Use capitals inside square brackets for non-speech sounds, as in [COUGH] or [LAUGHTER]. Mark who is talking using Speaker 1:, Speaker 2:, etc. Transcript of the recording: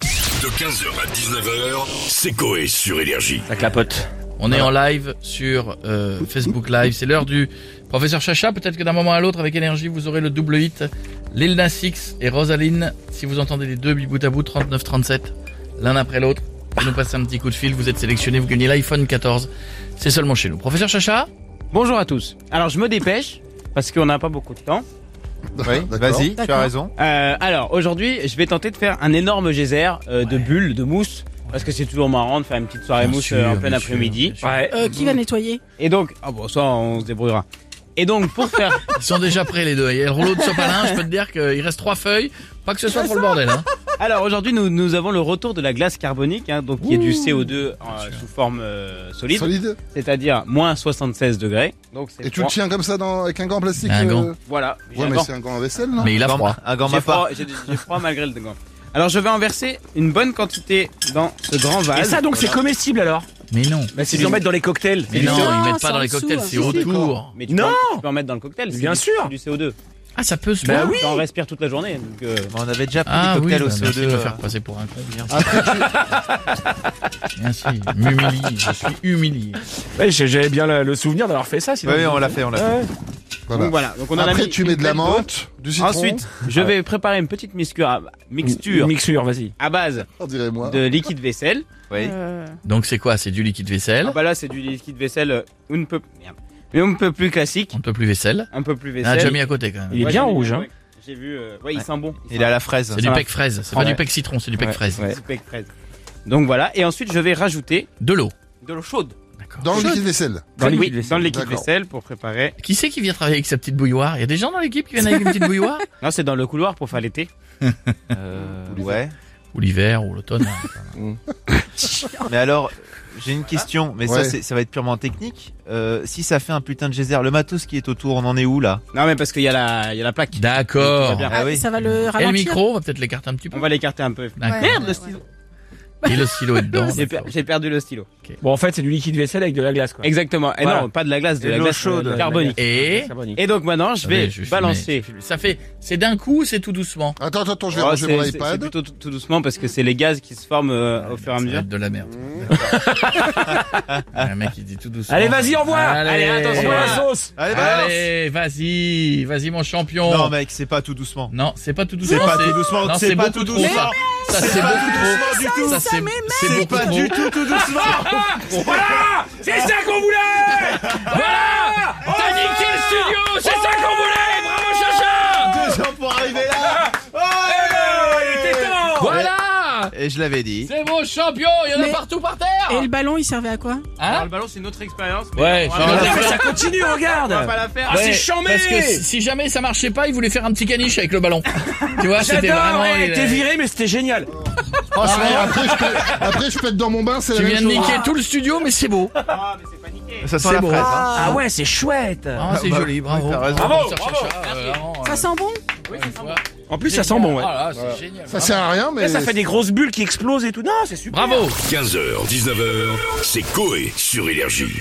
Speaker 1: De 15h à 19h, c'est Coé sur Énergie.
Speaker 2: Ça clapote.
Speaker 3: On est en live sur euh, Facebook Live. C'est l'heure du professeur Chacha. Peut-être que d'un moment à l'autre, avec énergie, vous aurez le double hit. Lil Nas X et Rosaline. Si vous entendez les deux bout à bout, 39-37, l'un après l'autre, vous nous passez un petit coup de fil. Vous êtes sélectionné, vous gagnez l'iPhone 14. C'est seulement chez nous. Professeur Chacha,
Speaker 2: Bonjour à tous. Alors je me dépêche parce qu'on n'a pas beaucoup de temps.
Speaker 4: Oui, vas-y, tu as raison.
Speaker 2: Euh, alors aujourd'hui, je vais tenter de faire un énorme geyser euh, de bulles, de mousse. Parce que c'est toujours marrant de faire une petite soirée
Speaker 3: Bien
Speaker 2: mousse
Speaker 3: sûr,
Speaker 2: euh, en plein
Speaker 3: bien sûr,
Speaker 2: après-midi.
Speaker 3: bien sûr.
Speaker 2: Ouais.
Speaker 5: Euh, qui va nettoyer
Speaker 2: Et donc, ah bon, ça on se débrouillera. Et donc pour faire,
Speaker 3: ils sont déjà prêts les deux. Il y a le rouleau de sopalin. Je peux te dire qu'il reste trois feuilles. Pas que ce soit pour le bordel. Hein.
Speaker 2: alors aujourd'hui nous, nous avons le retour de la glace carbonique, hein, donc qui est du CO2 euh, sous forme euh, solide,
Speaker 6: Solide.
Speaker 2: c'est-à-dire moins 76 degrés. Donc c'est
Speaker 6: Et tu le
Speaker 2: froid.
Speaker 6: tiens comme ça dans, avec un gant en plastique euh,
Speaker 3: Un gant.
Speaker 2: Voilà. j'ai
Speaker 6: Ouais, mais
Speaker 2: encore-
Speaker 6: c'est un gant en vaisselle, non
Speaker 3: Mais il a froid.
Speaker 4: Un gant
Speaker 2: J'ai
Speaker 4: mappa.
Speaker 2: froid, j'ai- j'ai froid malgré le gant. Alors je vais en verser une bonne quantité dans ce grand vase.
Speaker 7: Et ça donc c'est comestible alors
Speaker 3: Mais non.
Speaker 2: Bah,
Speaker 7: C'est en mettre dans les cocktails.
Speaker 3: Mais non,
Speaker 5: Non,
Speaker 3: ils mettent
Speaker 5: c'est
Speaker 3: pas dans
Speaker 5: en
Speaker 3: les
Speaker 5: dessous,
Speaker 3: cocktails.
Speaker 5: hein.
Speaker 3: C'est
Speaker 5: Si, si,
Speaker 3: autour.
Speaker 2: Mais tu,
Speaker 7: Non
Speaker 2: peux, tu peux en mettre dans le cocktail, c'est
Speaker 7: Bien
Speaker 2: du-
Speaker 7: sûr.
Speaker 2: c'est du CO2.
Speaker 3: Ah, ça peut se
Speaker 5: Ben
Speaker 7: Bah
Speaker 3: boire.
Speaker 7: oui.
Speaker 2: Tu en respires toute la journée. donc, euh,
Speaker 4: On avait déjà pris
Speaker 3: Ah
Speaker 4: des
Speaker 3: oui,
Speaker 4: cocktails
Speaker 3: bah, merci
Speaker 4: au
Speaker 3: de
Speaker 4: CO2.
Speaker 3: me
Speaker 4: euh,
Speaker 3: faire passer pour un con. [LAUGHS] Merci, m'humilie, je suis humilié.
Speaker 7: Ouais, j'ai- J'avais bien le, le souvenir d'avoir fait ça. Sinon
Speaker 4: Oui, on l'a fait, on l'a fait.
Speaker 7: Ouais.
Speaker 6: Voilà.
Speaker 2: donc voilà. Donc on en a
Speaker 6: Après,
Speaker 2: mis
Speaker 6: tu
Speaker 2: une
Speaker 6: mets de la
Speaker 2: belle
Speaker 6: menthe, du
Speaker 2: dose.
Speaker 6: citron.
Speaker 2: Ensuite, je vais préparer une petite mixture à, mixture
Speaker 7: Mixture, vas-y.
Speaker 2: à base
Speaker 6: on dirait moi.
Speaker 2: de liquide vaisselle.
Speaker 4: Oui.
Speaker 5: Euh,
Speaker 3: Donc c'est quoi C'est du liquide
Speaker 2: Ah
Speaker 3: vaisselle,
Speaker 2: bah là, c'est du liquide vaisselle euh, un peu, merde. mais un peu plus classique,
Speaker 3: on ne peut plus vaisselle.
Speaker 2: un peu
Speaker 6: Ah,
Speaker 2: plus
Speaker 3: On a déjà
Speaker 2: vaisselle.
Speaker 3: mis à côté quand même.
Speaker 7: Il est
Speaker 2: Ouais,
Speaker 7: bien
Speaker 2: j'ai vu,
Speaker 7: rouge, hein.
Speaker 2: ouais. J'ai vu. euh, ouais, il
Speaker 4: Ouais.
Speaker 2: sent bon. Il
Speaker 4: Il est à la fraise.
Speaker 3: C'est du
Speaker 2: va.
Speaker 3: pec fraise, c'est pas
Speaker 2: Ouais.
Speaker 3: du pec citron, c'est du pec fraise.
Speaker 2: sent du pec fraise. Donc voilà. Et ensuite, je vais rajouter
Speaker 3: De l'eau.
Speaker 2: de l'eau chaude.
Speaker 3: D'accord.
Speaker 6: Dans le liquide vaisselle.
Speaker 7: Dans le
Speaker 2: Oui,
Speaker 7: liquide vaisselle.
Speaker 2: dans le liquide
Speaker 6: D'accord.
Speaker 2: vaisselle pour préparer.
Speaker 3: Qui c'est qui vient travailler avec sa petite bouilloire Il y a des gens dans l'équipe qui viennent avec une petite bouilloire
Speaker 2: Non, c'est dans le couloir pour faire l'été.
Speaker 4: Euh, ouais.
Speaker 3: Ou l'hiver, ou l'automne. hein.
Speaker 4: Mais alors, j'ai une question, mais ça,
Speaker 6: Ouais.
Speaker 4: c'est- ça va être purement technique. Euh, si ça fait un putain de geyser, le matos qui est autour, on en est où là
Speaker 2: Non, mais parce qu'il y a la, il y a la plaque.
Speaker 3: D'accord.
Speaker 2: Tout va bien.
Speaker 4: Ah oui.
Speaker 5: Ça va le
Speaker 3: Et le
Speaker 5: ralentir.
Speaker 3: micro, on va peut-être l'écarter un petit peu.
Speaker 2: On va l'écarter un peu.
Speaker 3: D'accord.
Speaker 5: Ouais.
Speaker 2: Merde, le stylo.
Speaker 3: Et le stylo
Speaker 2: [LAUGHS]
Speaker 3: est dedans.
Speaker 2: J'ai per-
Speaker 3: d'accord.
Speaker 2: j'ai perdu le stylo.
Speaker 7: Bon, en fait, c'est du liquide vaisselle avec de la glace, quoi.
Speaker 2: Exactement. Et
Speaker 7: Voilà.
Speaker 2: non, pas de la glace, de
Speaker 4: Et
Speaker 2: la
Speaker 4: l'eau
Speaker 2: glace
Speaker 4: chaude.
Speaker 2: euh, carbonique.
Speaker 3: Et
Speaker 2: Et donc maintenant, je vais
Speaker 3: Attendez, je vais
Speaker 2: balancer.
Speaker 3: filmer. Ça fait, c'est d'un coup, c'est tout doucement.
Speaker 6: Attends, attends, attends, je vais
Speaker 2: Oh,
Speaker 6: ranger
Speaker 2: c'est
Speaker 6: mon
Speaker 2: c'est- c'est
Speaker 6: iPad.
Speaker 2: plutôt tout, tout doucement parce que c'est les gaz qui se forment euh, au fur et à
Speaker 3: Ça va
Speaker 2: mesure.
Speaker 3: être de la merde.
Speaker 4: Mmh. [LAUGHS]
Speaker 3: Le mec il dit tout doucement.
Speaker 7: Allez, hein. vas-y, envoie
Speaker 3: Allez,
Speaker 7: envoie la sauce
Speaker 4: Allez, balance
Speaker 3: Allez, bah vas-y, vas-y mon champion.
Speaker 4: Non, mec, c'est pas tout doucement.
Speaker 3: Non, c'est pas tout doucement.
Speaker 4: C'est pas tout doucement,
Speaker 3: non,
Speaker 4: c'est pas
Speaker 3: beaucoup
Speaker 4: tout
Speaker 3: trop,
Speaker 4: doucement.
Speaker 3: Ça, ça c'est
Speaker 4: pas
Speaker 3: beaucoup
Speaker 4: tout
Speaker 3: trop.
Speaker 4: doucement du tout.
Speaker 3: Ça, c'est c'est
Speaker 4: C'est
Speaker 3: beaucoup
Speaker 4: pas
Speaker 3: trop.
Speaker 4: du tout tout
Speaker 7: [LAUGHS]
Speaker 4: doucement.
Speaker 7: Ah, Voilà C'est ça qu'on voulait Voilà Oh, T'as niqué le studio C'est ça qu'on voulait Bravo, Chacha
Speaker 4: Deux ans pour arriver là.
Speaker 3: Oh,
Speaker 4: Ouais.
Speaker 3: Voilà,
Speaker 4: Et je l'avais dit.
Speaker 3: c'est mon champion. Il y en a
Speaker 5: Mais-
Speaker 3: partout par terre.
Speaker 5: Et le ballon, il servait à quoi
Speaker 4: Ah,
Speaker 3: Hein
Speaker 2: ballon, c'est une autre expérience.
Speaker 3: Ouais,
Speaker 2: on
Speaker 3: ça va.
Speaker 2: va,
Speaker 7: mais ça continue, regarde
Speaker 2: pas la faire.
Speaker 7: Ah, c'est
Speaker 3: Ouais,
Speaker 7: chambé
Speaker 3: Parce que si jamais ça marchait pas, il voulait faire un petit caniche avec le ballon. tu vois, c'était
Speaker 7: J'adore
Speaker 3: vraiment.
Speaker 7: ouais,
Speaker 3: il-
Speaker 7: T'es viré, mais c'était génial
Speaker 2: Ah
Speaker 6: Franchement, après, je peux, après, je peux être dans mon bain, c'est la
Speaker 3: Tu
Speaker 6: même
Speaker 3: viens de
Speaker 6: chose.
Speaker 3: niquer tout le studio, mais c'est beau.
Speaker 2: Ah, mais c'est paniqué.
Speaker 4: Ça sent
Speaker 3: C'est
Speaker 4: la
Speaker 3: bon.
Speaker 4: fraise. hein.
Speaker 7: Ah ouais, c'est chouette
Speaker 3: Ah, c'est
Speaker 4: bah,
Speaker 3: joli, bravo.
Speaker 4: t'as raison.
Speaker 3: Bravo,
Speaker 7: Bravo,
Speaker 5: Ça sent bon
Speaker 7: En plus, ça sent bon, ouais.
Speaker 3: Ah là, c'est génial.
Speaker 6: Ça sert à rien, mais.
Speaker 7: Là, ça fait des grosses bulles qui explosent et tout. Non, c'est super
Speaker 3: Bravo.
Speaker 1: Bravo. 15h, 19h, c'est Coé sur Énergie.